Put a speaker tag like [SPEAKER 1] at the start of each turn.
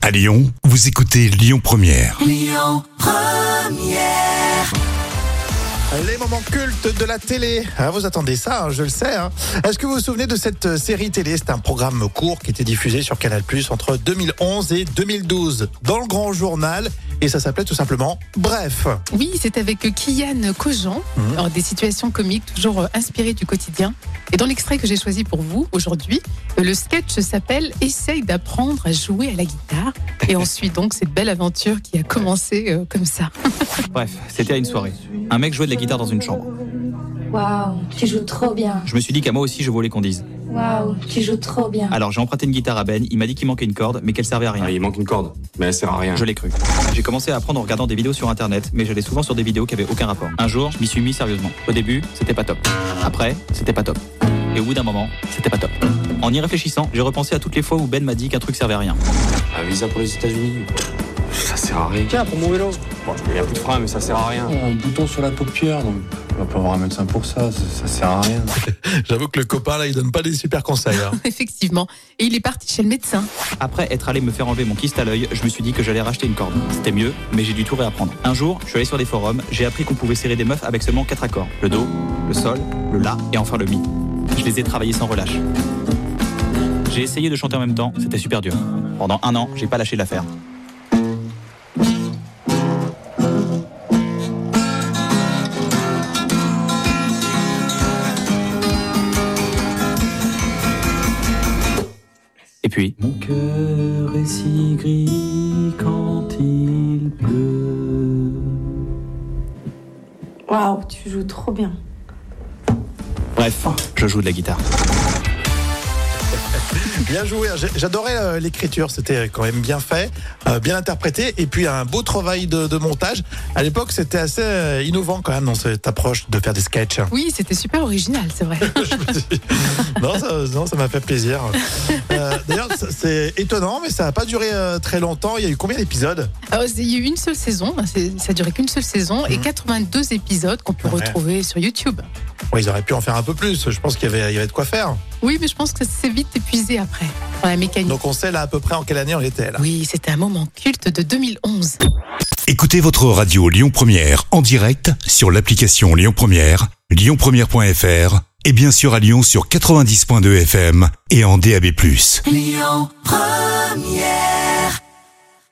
[SPEAKER 1] À Lyon, vous écoutez Lyon Première.
[SPEAKER 2] Les moments cultes de la télé. Ah, vous attendez ça, hein, je le sais. hein. Est-ce que vous vous souvenez de cette euh, série télé C'est un programme court qui était diffusé sur Canal Plus entre 2011 et 2012 dans le grand journal. Et ça s'appelait tout simplement Bref.
[SPEAKER 3] Oui, c'est avec Kian Kojan,
[SPEAKER 2] Mhm.
[SPEAKER 3] Alors, des situations comiques toujours euh, inspirées du quotidien. Et dans l'extrait que j'ai choisi pour vous aujourd'hui, euh, le sketch s'appelle Essaye d'apprendre à jouer à la guitare. Et on suit donc cette belle aventure qui a commencé euh, comme ça.
[SPEAKER 4] Bref, c'était à une soirée. Un mec jouait de la guitare dans une chambre.
[SPEAKER 5] Waouh, tu joues trop bien.
[SPEAKER 4] Je me suis dit qu'à moi aussi je voulais qu'on dise.
[SPEAKER 5] Waouh, tu joues trop bien.
[SPEAKER 4] Alors j'ai emprunté une guitare à Ben, il m'a dit qu'il manquait une corde, mais qu'elle servait à
[SPEAKER 6] Ah,
[SPEAKER 4] rien.
[SPEAKER 6] il manque une corde, mais elle sert à rien.
[SPEAKER 4] Je l'ai cru. J'ai commencé à apprendre en regardant des vidéos sur internet, mais j'allais souvent sur des vidéos qui avaient aucun rapport. Un jour, je m'y suis mis sérieusement. Au début, c'était pas top. Après, c'était pas top. Et au bout d'un moment, c'était pas top. En y réfléchissant, j'ai repensé à toutes les fois où Ben m'a dit qu'un truc servait à rien.
[SPEAKER 6] Un Ah, visa pour les États-Unis, ça sert à rien. Tiens, pour mon vélo. il y a plus de frein, mais ça sert à rien.
[SPEAKER 7] Oh, Un bouton sur la paupière, donc on va pas avoir un médecin pour ça, ça, ça sert à rien.
[SPEAKER 2] J'avoue que le copain, là, il donne pas des super conseils. hein.
[SPEAKER 3] Effectivement. Et il est parti chez le médecin.
[SPEAKER 4] Après être allé me faire enlever mon kyste à l'œil, je me suis dit que j'allais racheter une corde. C'était mieux, mais j'ai dû tout réapprendre. Un jour, je suis allé sur des forums, j'ai appris qu'on pouvait serrer des meufs avec seulement quatre accords. Le do, le sol, le la et enfin le mi. Je les ai travaillés sans relâche. J'ai essayé de chanter en même temps, c'était super dur. Pendant un an, j'ai pas lâché l'affaire. Et puis,
[SPEAKER 8] Mon cœur est si gris quand il pleut.
[SPEAKER 5] Waouh, tu joues trop bien.
[SPEAKER 4] bref, je joue de la guitare.
[SPEAKER 2] Bien joué. hein. J'ai- J'adorais euh, l'écriture. C'était quand même bien fait, euh, bien interprété. Et puis, un beau travail de, de montage. À l'époque, c'était assez euh, innovant quand même dans cette approche de faire des sketchs.
[SPEAKER 3] Oui, c'était super original, c'est vrai.
[SPEAKER 2] non, ça, non, ça m'a fait plaisir. Euh, D'ailleurs, ça- c'est étonnant, mais ça n'a pas duré euh, très longtemps. Il y a eu combien d'épisodes
[SPEAKER 3] Alors, il y a eu une seule saison, hein, c'est- ça a duré qu'une seule saison, et 82 épisodes qu'on peut
[SPEAKER 2] Mhm. Ouais.
[SPEAKER 3] retrouver sur YouTube.
[SPEAKER 2] ouais, Ils auraient pu en faire un peu plus. Je pense qu'il y avait, il y avait de quoi faire.
[SPEAKER 3] Oui, mais je pense que c'est vite épuisé après, dans la mécanique.
[SPEAKER 2] Donc on sait là à peu près en quelle année on était. Là.
[SPEAKER 3] Oui, c'était un moment culte de 2011.
[SPEAKER 1] Écoutez votre radio Lyon Première en direct sur l'application Lyon Première, lyonpremière.fr et bien sûr à Lyon sur 90.2 FM et en DAB+.